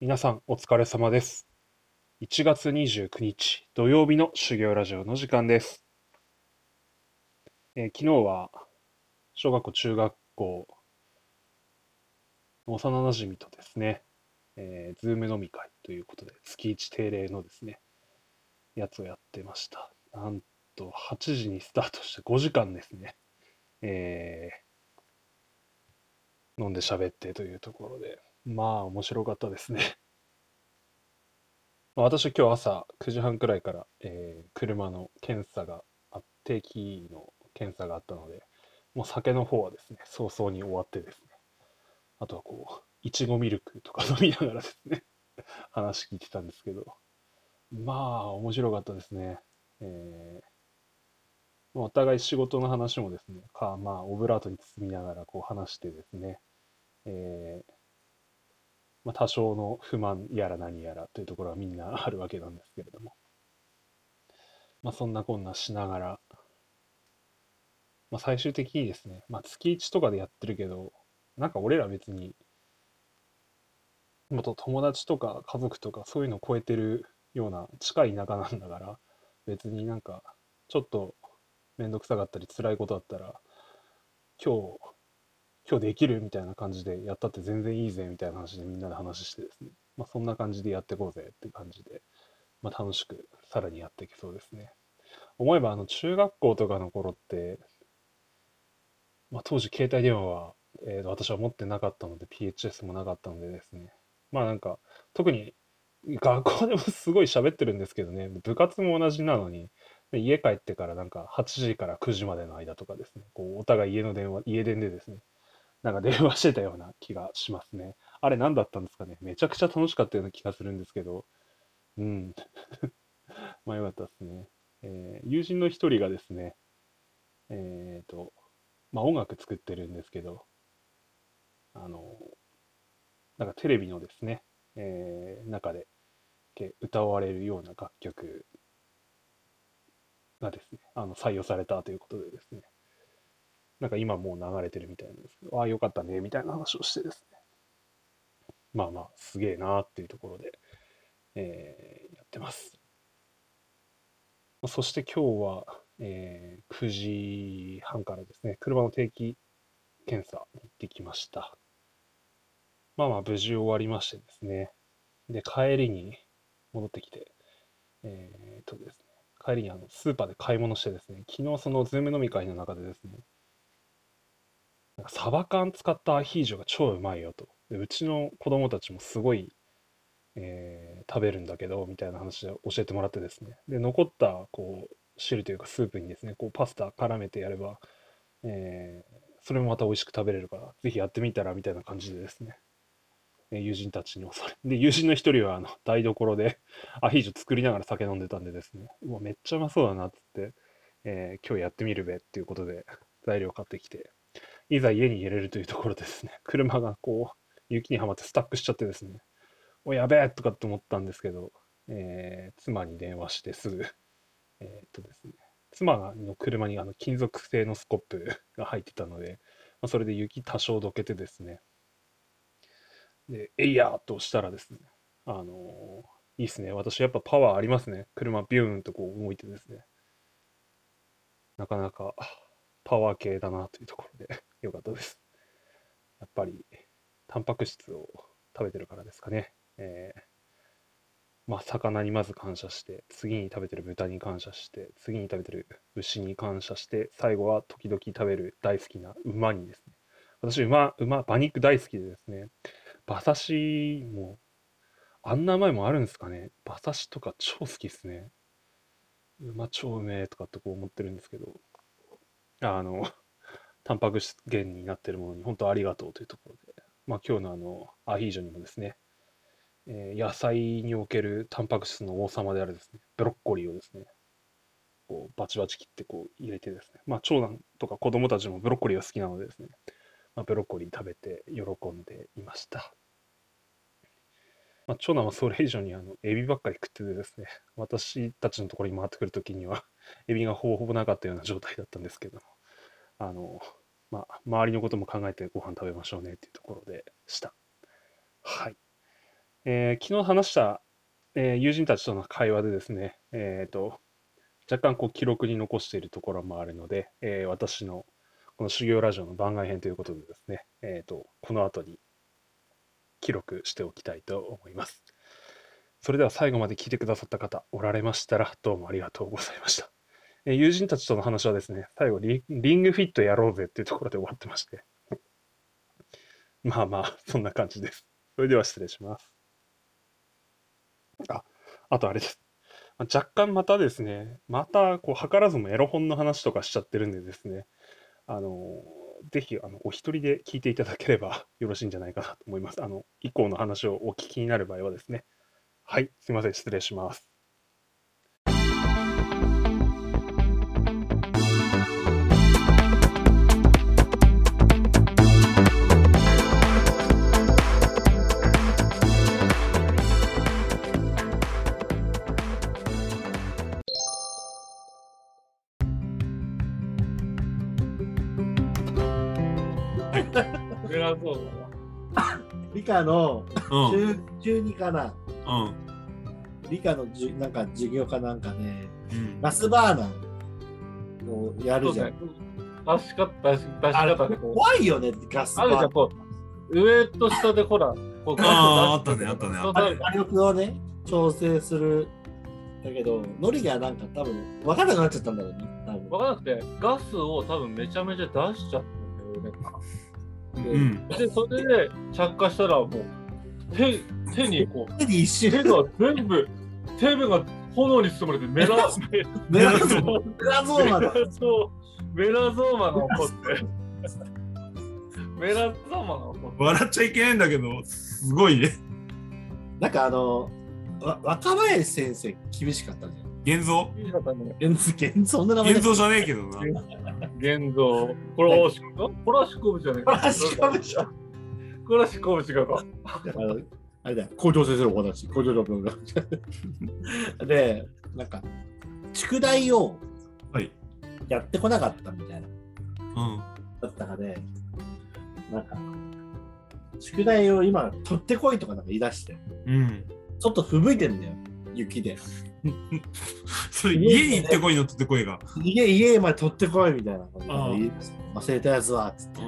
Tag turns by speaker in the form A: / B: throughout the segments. A: 皆さんお疲れ様です。1月29日土曜日の修行ラジオの時間です。えー昨日は小学校、中学校の幼馴染とですね、えー、ズーム飲み会ということで月一定例のですね、やつをやってました。なんと8時にスタートして5時間ですね、えー飲んで喋ってというところで、まあ面白かったですね。まあ私は今日朝9時半くらいから、えー車の検査があっ、定期の検査があったので、もう酒の方はですね、早々に終わってですね、あとはこう、いちごミルクとか飲みながらですね、 話聞いてたんですけど、まあ面白かったですね。えーまあお互い仕事の話もですね、か、まあ、オブラートに包みながらこう話してですね、えーまあ、多少の不満やら何やらというところはみんなあるわけなんですけれども、まあ、そんなこんなしながら、まあ、最終的にですね、まあ、月1とかでやってるけどなんか俺ら別にもっと友達とか家族とかそういうのを超えてるような近い仲なんだから別になんかちょっと面倒くさかったり辛いことあったら今日今日できるみたいな感じでやったって全然いいぜみたいな話でみんなで話してですね、まあ、そんな感じでやっていこうぜって感じで、まあ、楽しくさらにやっていけそうですね思えばあの中学校とかの頃って、まあ、当時携帯電話は、えーと私は持ってなかったので PHS もなかったのでですねまあなんか特に学校でもすごい喋ってるんですけどね部活も同じなのにで家帰ってからなんか8時から9時までの間とかですねこうお互い家の電話家電でですねなんか電話してたような気がしますね。あれ何だったんですかね。めちゃくちゃ楽しかったような気がするんですけど。うん。 まあよかったですね。えー友人の一人がですね、えっ、と、まあ音楽作ってるんですけど、あの、なんかテレビのですね、えー中でけ歌われるような楽曲がですね、あの採用されたということでですね、なんか今もう流れてるみたいなんですけど、ああ、よかったね、みたいな話をしてですね。まあまあ、すげえなーっていうところで、えーやってます。そして今日は、えー9時半からですね、車の定期検査に行ってきました。まあまあ、無事終わりましてですね。で、帰りに戻ってきて、えーっとですね、帰りにあのスーパーで買い物してですね、昨日そのズーム飲み会の中でですね、なんかサバ缶使ったアヒージョが超うまいよと。でうちの子供たちもすごい、えー食べるんだけど、みたいな話で教えてもらってですね。で、残った、こう、汁というかスープにですね、こう、パスタ絡めてやれば、えーそれもまた美味しく食べれるから、ぜひやってみたら、みたいな感じでですね。えー友人たちに恐れ。で、友人の一人は、あの、台所でアヒージョ作りながら酒飲んでたんでですね。うわ、めっちゃうまそうだな、つって、えー今日やってみるべ、っていうことで、材料買ってきて。いざ家に入れるというところですね、 車がこう、雪にはまってスタックしちゃってですね、おやべえとかって思ったんですけど、えー妻に電話してすぐ、えーっとですね、妻の車にあの金属製のスコップが入ってたので、まあ、それで雪多少どけてですね、で、えいやーっと押したらですね、あのーいいっすね、私やっぱパワーありますね、車ビューンとこう動いてですね、なかなかパワー系だなというところで。よかったです。やっぱり、タンパク質を食べてるからですかね。えーまあ、魚にまず感謝して、次に食べてる豚に感謝して、次に食べてる牛に感謝して、最後は時々食べる大好きな馬にですね。私、馬、馬、馬肉大好きでですね、馬刺しも、あんな前もあるんですかね。馬刺しとか超好きですね。馬超うめえとかってこう思ってるんですけど、あの、タンパク質源になっているものに本当ありがとうというところで、まあ、今日のあのアヒージョにもですね、えー野菜におけるタンパク質の王様であるですねブロッコリーをですねこうバチバチ切ってこう入れてですね、まあ、長男とか子供たちもブロッコリーが好きなのでですね、まあ、ブロッコリー食べて喜んでいました、まあ、長男はそれ以上にあのエビばっかり食っててですね私たちのところに回ってくるときにはエビがほぼほぼなかったような状態だったんですけどもあのまあ、周りのことも考えてご飯食べましょうねっていうところでした。はい。えー昨日話した、えー友人たちとの会話でですね、えーと若干こう記録に残しているところもあるので、えー私のこの修行ラジオの番外編ということでですね、えーとこの後に記録しておきたいと思います。それでは最後まで聞いてくださった方おられましたらどうもありがとうございました。えー友人たちとの話はですね、最後リリングフィットやろうぜっていうところで終わってまして。 まあまあ、そんな感じです。それでは失礼します。あ、あとあれです。まあ若干またですね、また、こう、図らずもエロ本の話とかしちゃってるんでですね、あのぜひ、あの、お一人で聞いていただければ よろしいんじゃないかなと思います。あの、以降の話をお聞きになる場合はですね、はい、すいません、失礼します。
B: 偉そうだな。
C: 理科の
D: うん。うん。
C: 中中2かな理科のじゅなんか授業かなんかね
D: うん
C: ガスバーナーをや
B: そ
C: る
B: う
C: じゃ
B: だ
C: ん、
B: ね。出し方、出し出し
C: あれ
B: 方でこ
C: 怖いよねガス
B: う。
C: バ
B: あ
C: ー
B: るじ
C: ナ
B: ゃ
C: ー
B: ん、こう。上と下でほら、こう
D: あー
B: ガス 出してくる
D: あっ
C: あれ火力をね調整するだけどノリがなんか多分分からなくなっちゃったんだろうね多分
B: わからなくて、ガスを多分めちゃめちゃ出しちゃったんだよね。
D: うん。
B: で、それで着火したらもう、手、手にこう、
C: 手に一
B: 手
C: 瞬
B: が全部、手が炎に包まれて、メラ、メ
C: メラ
B: ラ
C: ゾ
B: ゾ
C: ー
B: ー
C: メラゾーマ
B: マ、メ
C: だ
B: ラゾーメラゾーマが起こって、メラゾーマが起こって、
D: 笑っちゃいけないんだけど、すごいね。
C: なんかあのわ若林先生厳しかったじゃん
D: 現像
B: いい方ね。
C: 現現そんな名前
D: 現像じゃねえけどな。
B: 現像。これは押し込むこれはしこぶじゃねえ
C: これはしこぶじゃ
B: これはしこぶじかか。
C: だからあれだよ、校長先生のお話、校長の お話。で、なんか、宿題を
D: はい。
C: やってこなかったみたいな、
D: うん。
C: だったかで、なんか、宿題を今、取ってこいとかなんか言い出して、
D: うん。
C: ちょっと吹雪いてんだよ、雪で。
D: それ、家に行ってこいのって声が。
C: 家、家まで取ってこいみたいなこと
D: ああ
C: 言い出して忘れたやつは、つっ
D: うん。
C: て、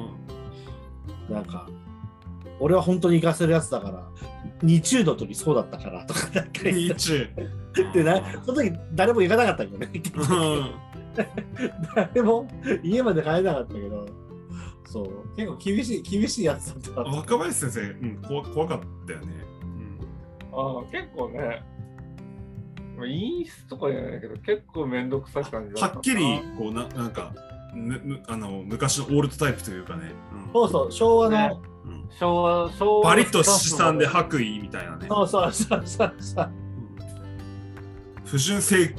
C: なんか、俺は本当に行かせるやつだから、日中の時そうだったから、とかなんか言っ
D: 日中。
C: て、な その時誰も行かなかったんだよね。
D: うん。
C: 誰も家まで帰れなかったけど、そう、結構厳しい、厳しいやつだったな。
D: 若林先生、うん、怖怖かったよね。うん
B: ああ、結構ね。まあ陰湿とかじゃないけど、結構めんどくさい感じだ
D: は
B: た
D: っきり、こう、ななんか、むむあの昔のオールドタイプというかね、
C: そうそう、昭和の、
B: ね
D: うんうん
B: 昭和、昭和。
D: バリッと七三で白衣みたいなね、
C: そうそうそうそうそう。
D: うん不純性、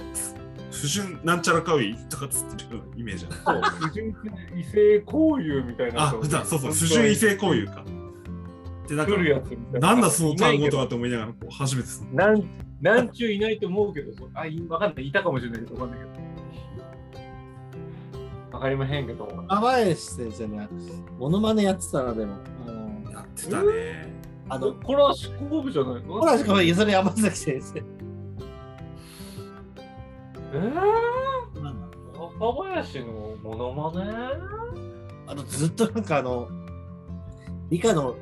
D: 不純なんちゃらかういとかっつってるようなイメージある。
B: そう不純異性交友みたいな
D: あ
B: 人。、
D: 普段そうそう、不純異性交友か。で、なんか
B: 来、るやつみたいな。
D: なんだその単語と
B: か。
D: かって思いながら、こう初めてその
B: なん、なんちゅういないと思うけど、そうあ、いわかんない。いたかもしれないけど、わかんないけど。わかりませんけど。
C: 甘林先生のモノマネやってたな、でも。あの、
D: やってたね。
C: あの
B: これは執行部じゃないの
C: ほら、しかも、ゆずれ山崎先生。
B: えー、若林のモノマネ
C: あの、ずっとなんかあの、理科の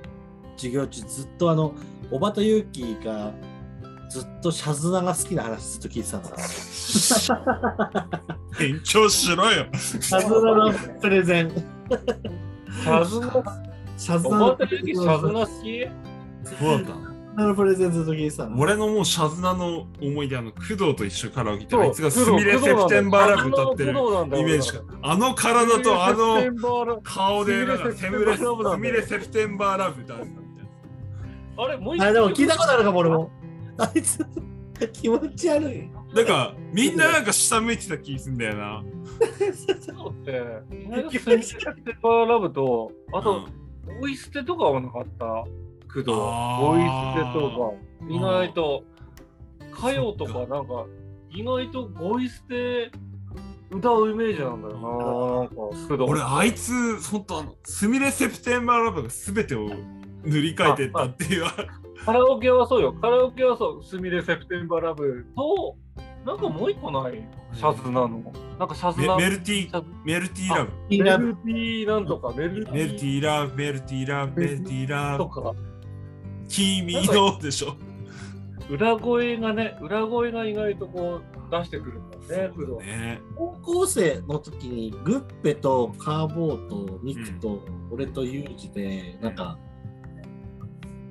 C: 授業中、ずっとあの、おばとゆうきが、ずっとシャズナが好きな話ずっと聞いてた んです。
D: 勉強しろよ。
C: シャズナのプレゼン。
B: シャズナ、
C: シャズ
B: お
C: ナ
B: ば
C: の
B: た
C: プ
B: ゆ
C: レゼ
B: き
C: ン。
B: シャズナ好き
D: そうだったの
C: シャズナのプレゼンずっと聞いてたの。
D: 俺のもうシャズナの思い出あの工藤と一緒にカラオケ行って
B: そう
D: あいつがスミレセプテンバーラブ歌ってる
B: 工藤なんだよ
D: イメージかあの体とあ
B: セ
D: の
B: プテンバーラブ
D: 顔でなんか
B: ス
D: セ
B: ミ
D: ム
B: レ
D: レ
B: セプテンバーラ
D: ス
B: ブなんだよ
D: ミレセプテンバーラブ歌ってたみたいな
B: あれ、もう一
C: あれでも聞いたことあるかも俺 も。あいつ気持ち悪い。
D: なんかみんななんか下向いてた気すんだよな
B: そうって、この間スミレセプテンバーラブと、あと、ボイステとかはなかった工藤。
D: あ
B: ボイステとか、
D: ー
B: 意外と、かよとかなんか、意外とボイステ歌うイメージなんだよな。なんか、工藤。
D: うん俺あいつほんとあのスミレセプテンバーラブが全てを塗り替えてったっていうあ
B: カラオケはそうよ。カラオケはそう。スミレ・セプテンバー・ラブと、なんかもう一個ないシャズなの。なんかシャズ
D: メ
B: な。
D: メルティ
B: シャズ
D: メルティラブ
C: い
B: メ
C: な
B: ルティーなんとか、メルテ
D: メルテ
B: ィ
D: ィラブメルティラブメルティ
B: ー
D: ラ
B: と
D: ブ
B: か、
D: 君のでしょ
B: 裏声がね、裏声が意外とこう出してくるんだね、プロ。
D: ね
C: 高校生の時にグッペとカーボーとミクと俺とユージで、なんか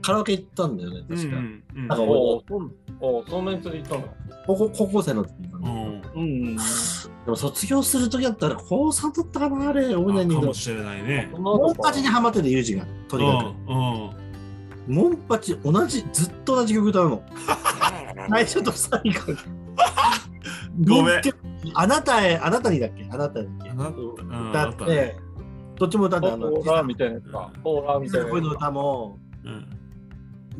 C: カラオケ行ったんだよね
D: うん
C: 確か、
D: うん
C: なんか
B: おお、そうおそうめん釣り行ったの。
C: 高校高校生の時に、
D: うん
B: うん。
C: でも卒業する時だったら高3だったかなあれ大
D: あ
C: 谷
D: かも
C: の
D: しれないね
C: モンパチにハマっててユージがと
D: うん
C: にか
D: うん
C: く、モンパチ同じずっと同じ曲歌うの最初と最後
D: ごめん
C: あなたへあなたにだっけあなたにだっけ
D: あなうん
C: 歌っ
D: あなた
C: て
D: ね
C: どっちも歌ってあの
B: ホーラーみたいなやつか。ホーラーみたいな
C: 声の
B: やつか。
C: 歌も
D: うん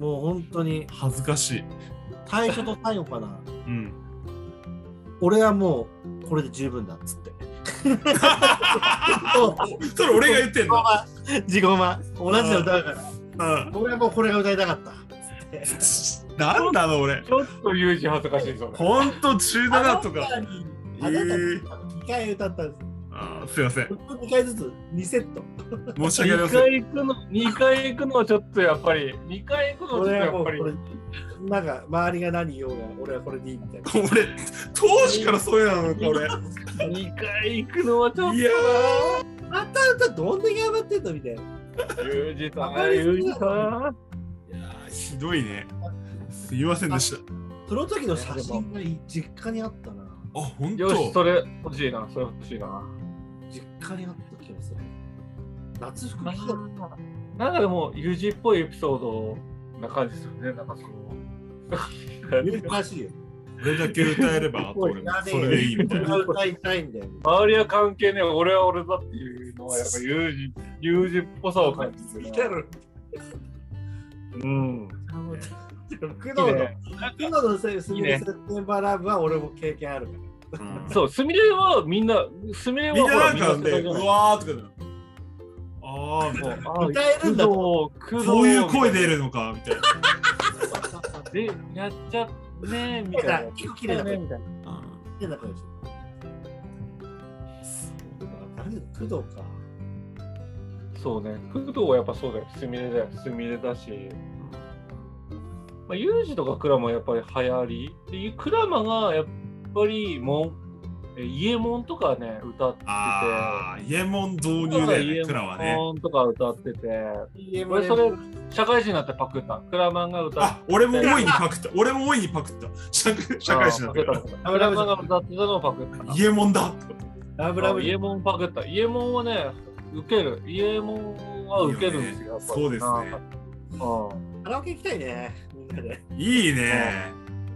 C: もう本当に
D: 恥ずかしい
C: 最初と最後かな
D: うん
C: 俺はもうこれで十分だっつって
D: それ俺が言ってんの
C: 自己満自己満同じの歌うから
D: うん
C: 俺はもうこれが歌いたかった
D: なんなの俺
B: ちょっとユージ恥ずかしいぞ。
D: ほんと17とか
C: あなたに
D: え
C: あなたに
D: ー
C: 2回歌ったんです
D: あーすいません
C: 2回ずつ2セット
D: 申し訳あ
B: 2
D: りませ
B: 回
D: ん
B: 行くの、二回行くのはちょっとやっぱり、2回行くのはちょっと
C: 俺は
B: や
C: も
B: っ
C: うこ
B: ぱり
C: れ。なんか周りが何言おうが俺はこれでいいみたいな
D: 俺当時からそうやなのか俺
B: 2回行くのはちょっ
D: いや
C: あんたあんたどんだけ頑張ってんのみたいな
B: と。ユージさ
C: わか
B: ん、
C: りす
B: ユー
C: ぎ
B: ジ
C: だろ
B: さん。
D: ーいやーひどいねすいませんでした
C: その時の写真が実家にあったな
D: あ本
B: よし、
D: 当
B: それ欲しいな、それ欲しいな。
C: 実家にあった気がする夏服
B: な
C: 着て
B: んかなんかでも、ユージっぽいエピソードな感じするね、なんかその。
C: 言うらしいよ
D: 俺だけ歌えれ ばあと俺もそれでいいみたいな
C: 歌いたいんだよ
B: 周りは関係ねえ、俺は俺だっていうのは、やっぱユージ、ユージっぽさを感じるな。
C: ろ
B: うん。
C: 工藤
B: いい
C: の
B: ね
C: 工藤のせいすみれセプテンバーラブは俺も経験あるから
D: うん
B: そう、すみれはみんな、すみれは
D: みん
B: ほ
D: な
B: ら
D: な
B: み
D: ん
B: んな
D: か
B: 世
D: で
B: 代じ
D: う
B: ゃない
D: わーとかだあーみたいな
B: もうあ
C: 歌えるんだ
B: 工藤工藤
D: こういう声出るのかみたいな
B: で、やっちゃねえみたいな。
C: 結構綺麗な声
B: みたいな。
C: 変な声してるあれ工藤か
B: そうね、工藤はやっぱそうだよ、すみれだよ、すみれだし。まあ、ユージとかクラマはやっぱり流行り。で、クラマがやっぱりもん、え家門とかね、歌ってて。
D: あーイエモン導
B: クラマ
D: 入だ
B: は
D: よね
B: 家
D: クラはね
B: 門とか歌ってて。
C: CM
B: 俺
C: で
B: それ、社会人になってパクった。クラマンが歌って
D: あ俺も大いにパクった俺も大いにパクった社社会人だったから
B: あパクったパクった油が歌ってたのをパクった。
D: イエモンだ
C: ラブラ
B: あ
C: ブ
B: イエモンパクった。イエモンはね、受ける。イエモンは受けるんですよ。やっぱり
D: そうですね。
B: う
C: カラオケ行きたいねみんなで
D: いいね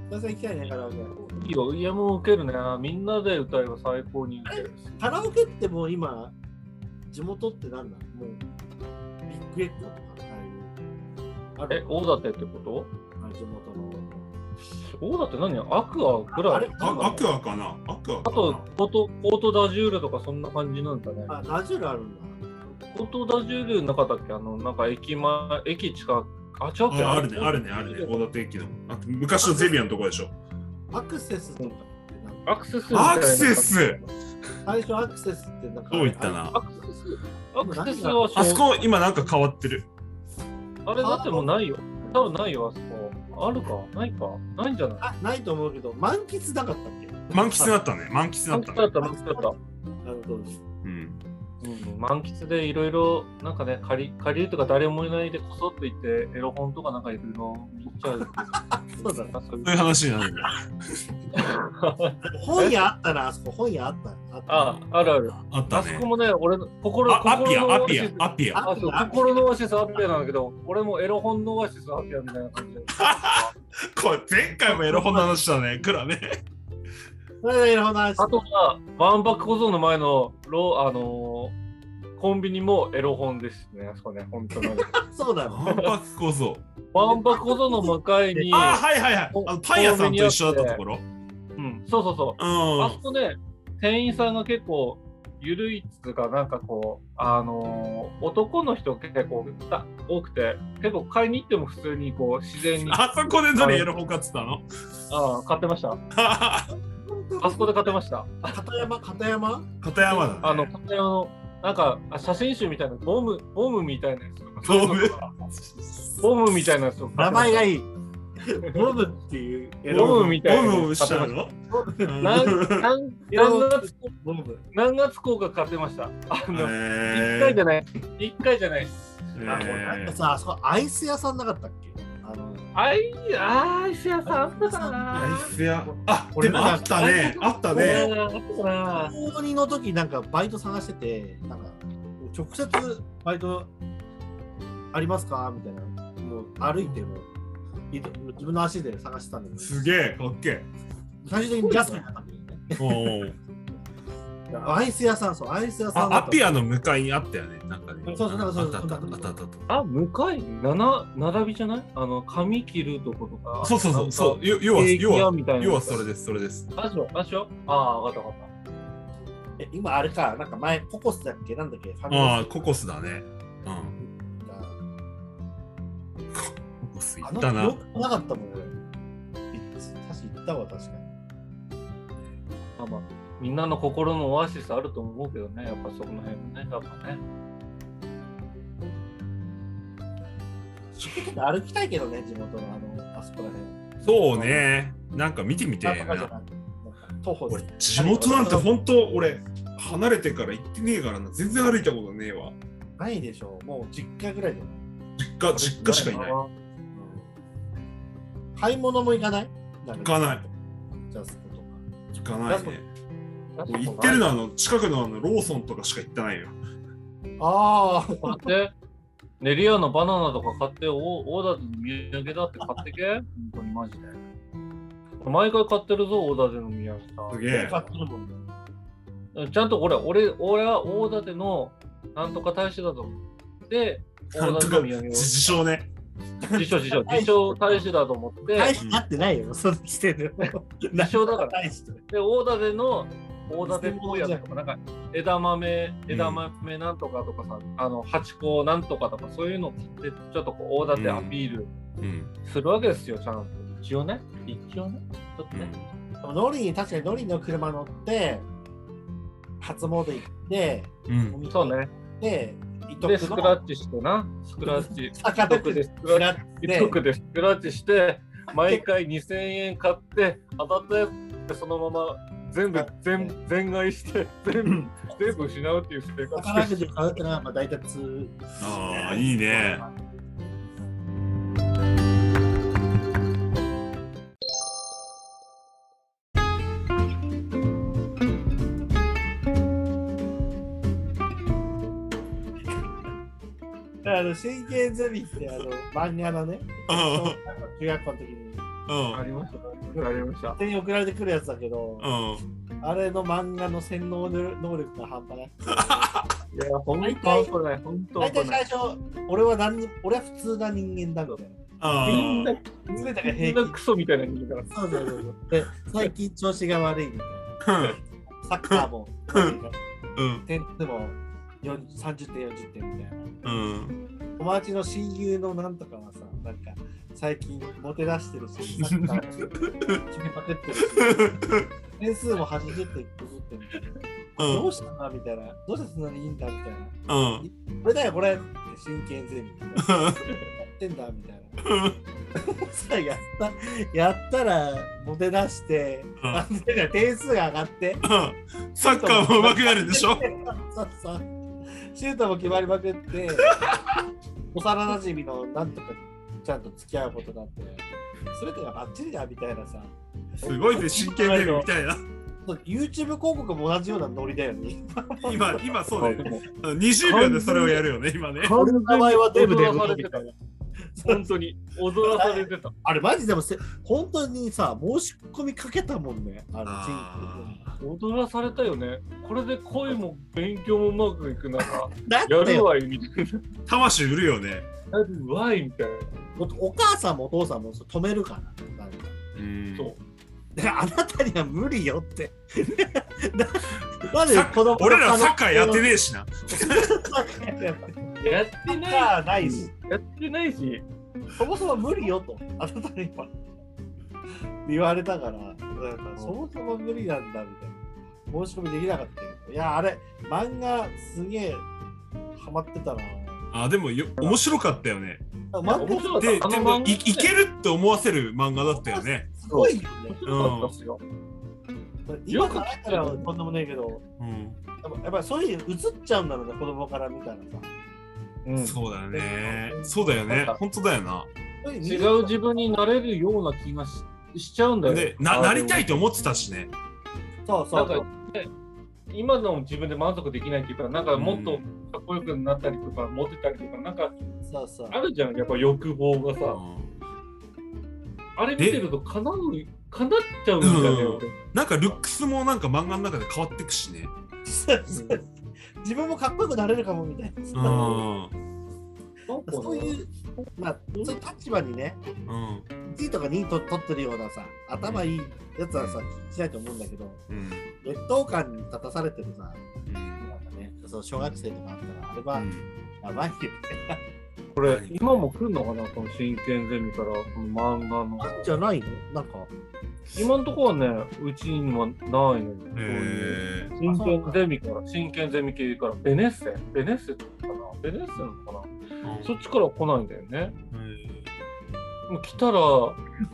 C: 久々に行きたいねカラオケ
B: んいいよ、イエモン受けるね。みんなで歌えば最高に受けるし。
C: カラオケってもう今地元ってなんだもうビッグエコーとかああい
B: え
C: うある、
B: 大館ってこと
C: あの地元の
B: 大館何アクアぐらい
D: あアクアかなアクア
B: あ
D: か
B: と
D: な、
B: コート、コートダジュールとかそんな感じなんだね。
C: あナジュラルあるんだ
B: コートダジュールなかったっけあの、なんか駅前、駅近く。あ、違うっけ
D: ああるねあるねあるね大館駅のあと昔のゼビアのとこでしょ
C: アクセスとかってなんか
B: アクセスみたいな
D: アクセス
C: 最初アクセスってなんか
D: どういったな
B: アクセスアクセスは
D: あそこ今なんか変わってる
B: あれだってもうないよ。多分ないよ、あそこ。あるかないかないんじゃない
C: あないと思うけど満喫なかったっけ
D: 満喫になったね満喫にな
B: 満
D: った
B: 喫
D: ね
B: だった、満喫だった。
C: あの当時
D: うん
B: うん、満喫でいろいろ、なんかね、借り借りるとか誰もいないでこそっと行って、エロ本とかなんかいろいろ見ちゃう。
C: そうだね
B: そうい
D: そういう
B: う
D: 話になるんだ
C: 本屋あったなあそこ本屋あったあった
B: あ、あるある。
D: あ
B: あ
D: った
B: そ
D: ね
B: こもね、俺の心
D: あ
B: の
D: アピ
B: 心の
D: アア
B: オア
D: ピ
B: シス
D: アアピア
B: あそう
C: アピア
B: 心のオアシスアピアなんだけど、俺もエロ本のオアシスアピアみたいな 感じで。
D: これ前回もエロ本の話だねクラね
C: それでいろんな話
B: あとは、万博小僧の前のロー、あのーコンビニもエロ本ですね、あそこね、本 当に。
C: そうだよ
D: 万博こそ
B: 万博小僧の向かいに、
D: あはいはいはいあのパン屋さんと一緒だったところ
B: うん、そうそうそうう、あそこ
D: ん
B: ね、店員さんが結構、ゆるいっつうかなんかこうあのー男の人結構た多くて結構買いに行っても普通にこう自然にあ
D: あそこで何やる方かっつっ たの
B: あ買ってました
D: 片
B: あそこで買ってました
C: 片山、片山
D: 山だ、ね。
B: あの、片山の、なんか、あ写真集みたいな、ボム、ボムみたいなやつとか。
D: ボム
B: ボムみたいなやつとか。
C: 名前が
B: い。
C: い い。ボブっていう。
B: ボムみたいな
D: ボムをしたのうん
B: 何
C: いろいろ
B: 月、
C: ボブ。
B: 何月効果買ってました。あ
D: え
B: の、
D: ー
B: 一回じゃない。一回じゃないです。
C: あのなんかさ、あそこアイス屋さんなかったっけあの、
B: あい、あー、石屋さん、あったかな。
D: アイス屋。あ、
C: 俺
D: でもあったね。あったね。
B: あったかな。
C: 高2の時なんかバイト探してて、なんか直接バイトありますかみたいな。もう歩いても、い自分の足で探してたんだけど、
D: すげえ、かっけ
C: 最終的にジャスミンだったんだよね。
D: え。おー
C: アイス屋さん、そう、アイス屋さん
D: あ、
C: だっ
D: ア
C: た。
D: ピアの向かいにあったよね。なんかね。
C: そうそうそうそう
D: あったあったあったあったあった
B: あ、向かい、七、並びじゃない。あの、髪切るとことか。
D: そうそうそうそう。よ要
B: 要
D: は、
B: は、
D: 要は、
B: みたいな。
D: 要はそれ。です、それです。
B: あ、そう、あ、そう。あー、わかった、わかった。
C: え今あれか、なんか前、ココスだっけなんだっけファミレス
D: ああ、ココスだね。うん。ココス行
C: あ
D: っ
C: の
D: たな。
C: 記憶なかったもん、俺。いつ確か行ったわ、確かに。
B: まあまあ、みんなの心のオアシスあると思うけどね、やっぱそこの辺もね、やっぱね。
C: 歩きたいけどね、地元のあの、あそこら辺。
D: そうね。なんか見てみて
C: なん
D: え
C: とかじゃ
D: な。
C: ない。徒歩
D: 俺
C: で。、
D: 地元なんて本当、俺、離れてから行ってねえからな。全然歩いたことねえわ。
C: ないでしょう。もう実家ぐらいで。
D: 実家、実家しかいない。
C: 買い物も行かない行
D: かない。
C: ジャスコとか。
D: 行かないね。
B: 俺
D: 俺行ってるのはあの近くのあのローソンとかしか行ってないよ。
C: あ
B: 買って、練り屋のバナナとか買って、おオーダーでの土産だって買ってけ。本当にマジで。毎回買ってるぞ、オーダーでの土
D: す
B: 産
D: げ
C: あ、
D: え。
C: 買ってるもんね。
B: さん。ちゃんと俺、俺、俺は大館のなんとか大使だと思って、大
D: なんと
B: 館
D: か
B: の土産を、
D: 自称ね。
B: 自称、自称、自称大使だと思って、
C: 大してなってないよ、その時点で。
B: 自称だから。
C: 大してない。
B: で、大館の、大館公園とか、なんか、枝豆、枝豆なんとかとかさ、あの、八甲なんとかとか、そういうのを買って、ちょっとこう、大館アピール
D: うん。
B: するわけですよ、ちゃんと。一応ね、一応ね、ちょっとね。
C: でもノリに、確かにノリの車乗って、初詣行って、
D: うん。
B: そうね。
C: で、伊
B: で、スクラ
C: ッ
B: ッチしてな、スクラッチ、
C: 坂
B: 一徳でスクラッチ、一徳でスクラッチして、毎回2000円買って、当たったやつ、そのまま全部、全全買いして、全部、全部失うっていう生活
C: 宝くじを買うってのは、まあ、大体通。
D: ああ、いいね。
C: あの、真剣ゼミって、あの、漫画のね、
D: うん
C: 中学校の時に、
D: うん
B: ありました、ありました。
C: 手に送られてくるやつだけど、
D: うん。
C: あれの漫画の洗脳能力が半端ない。
B: いや、本当危ない、本当
C: 大体
B: 危な
C: 最
B: い。
C: 初、俺は何、俺は普通な人間だみたいな。
D: あ
B: みんな、
D: ー
C: 全てが
B: み
C: 平
B: んな
C: 均。
B: クソみたいな人間だか
C: そうそうそうそう。で、最近調子が悪いみたいな。サッカーも、
D: うん。
C: 点数も40 30点、40点みたいな。
D: うん。
C: 友達の親友のなんとかはさ、なんか最近モテ出してるし、サッカーも決めまくってるし、点数も80点、50点みたいな。
D: うん。
C: どうしたんだみたいな。どうしてそんなにいいんだみたいな。
D: うん。
C: これだよ、これって真剣ゼミ。やってんだみたいな。さやったやったらモテ出して、
D: うん
C: なんていうか点数が上がって
D: サッカーも上手くなるんでしょ
C: そうそうシュートも決まりまくって幼なじみのなんとかちゃんと付き合うことだって全てがバッチリだみたいなさ
D: すごいね、真剣ゲームみたいな。
C: YouTube 広告も同じようなノリだよね
D: 今、今そうだ
B: ら。
D: よね。あの20秒でそれをやるよね、今ね。
C: 俺の名前はデブデブ
B: 踊らされ
C: み
B: て
C: た
B: た
C: い。な
B: 本当に、踊らされてた。
C: あれマジでもせ本当にさ申し込みかけたもんねあの
D: あ
B: 踊らされたよね。これで恋も勉強もうまくいくなら、
C: だ
B: や
C: って
B: る
C: よ
B: わいみたい
D: 魂売るよね。
B: な。やるわいみたいな。
C: おお母さんもお父さんもそう止めるからなんか
D: うん
B: そう。
C: だからあなたには無理よって。ななんで
D: サッ
C: 子供
D: 俺らサッカーやって
C: る。
D: ねえしな。
C: サッカーやって
B: やってない
C: ないし、
B: やってないし、
C: そもそも無理よと、あなたには言われたから、なんかそもそも無理なんだみたいな。申し込みできなかったけどいや、あれ、漫画すげえハマってたな。
D: あ、でもよ面白かったよね。
C: 漫画
B: 面白かっ
D: で、
B: た。
D: で
B: あの
D: も
B: 漫画
D: いいけるって思わせる漫画だったよね。
C: すごいよね。
B: 面白かったっすよ。
C: 今考えたらとんでもないけど、
D: うん。
C: やっぱやっぱりそういう映っちゃうんだろうね、子供から見たらさ。
B: うん
D: そうだよね。そうだよね。本当だよな。
C: そういう
B: 違う自分になれるような気がししちゃうんだよ。
D: で、ななりたいと思ってたしね。
C: そうそ
B: な
C: うん
B: か、
C: そう。
B: ね、今の自分で満足できないっていうか、なんかもっとかっこよくなったりとか、モテたりとか、なんか
C: そうそう
B: あるじゃん、やっぱ欲望が
D: う
B: さ。
D: ん
B: あれ見てると叶う、叶っちゃうんだよ。
D: なんかルックスもなんか漫画の中で変わってくしね。
C: そうそう自分もかっこよくなれるかもみたいな
D: う
C: さ。
D: ん。うん。
B: なんか
C: そういう、まあ、そういう立場にね、1位とか2位と取ってるようなさ、頭いいやつはさ、しないと思うんだけど、
D: うん。
C: 劣等感に立たされてるさ、
D: うん
C: なんかね、そう小学生とかあったら、あれ
D: う
C: は
D: ん
C: やばいよね。
B: これ、今も来るのかな、この真剣ゼミから、この漫画の。
C: あんじゃないのなんか、
B: 今のところはね、うちにはないのよ。そういう
D: えー
B: 真剣ゼミから、真剣ゼミ系から、ベネッセベネッセかなベネッセなのかなそっちから来ないんだよね。
D: うん
B: もう来たら、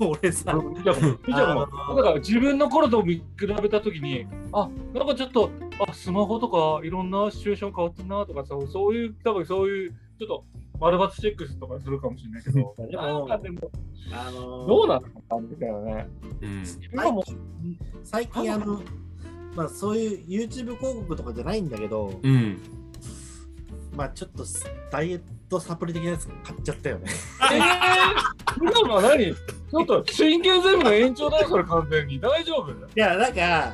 C: 俺さ、、
B: いや、みちゃんも、だから自分の頃と見比べたときに、あ、なんかちょっと、あ、スマホとかいろんなシチュエーション変わってんなとかさ、そういう、多分そういう、ちょっと、丸抜チェックとかするかもしれないけど
C: でも
B: なんかでも、
C: あのー
B: どうなのかなみたいなね。
D: うん
B: 今も、
C: 最近あの、まあそういう YouTube 広告とかじゃないんだけど、
D: うん。
C: まあちょっとダイエットサプリ的なやつ買っちゃったよね。
B: えぇ、ー、今のは何ちょっと、真剣ゼミの延長だよ、それ完全に。大丈夫
C: いや、なんか、いや、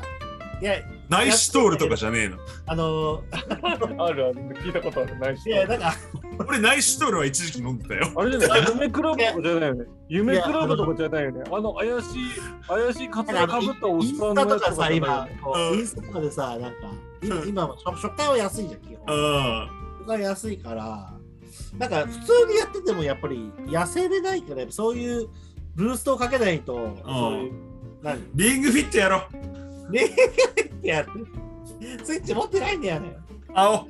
D: ナイストールとかじゃねえの。
C: あの、
B: あるある、聞いたことある、ないし
C: い。や、なんか、
D: 俺、ナイストールは一時期飲んでたよ。
B: あれじゃない夢クラブとかじゃないよね。夢クラブとかじゃないよね。あの怪しい、怪しいカツラかぶったおっ
C: イ
B: さ
C: ン
B: ん
C: ス
B: の
C: タ
B: や
C: と
B: つ
C: かさ、
B: じゃな
C: 今
B: いよね、
D: うん
C: インスタとかでさ、なんか、今今は初初回は安いじゃん、基本。
D: うん。
C: 初回安いから、なんか、普通にやっててもやっぱり痩せれないから、そういうブーストをかけないと、そういう、何
D: リングフィットやろ。
C: ってやる。スイッチ持ってないんだよね。
D: 青。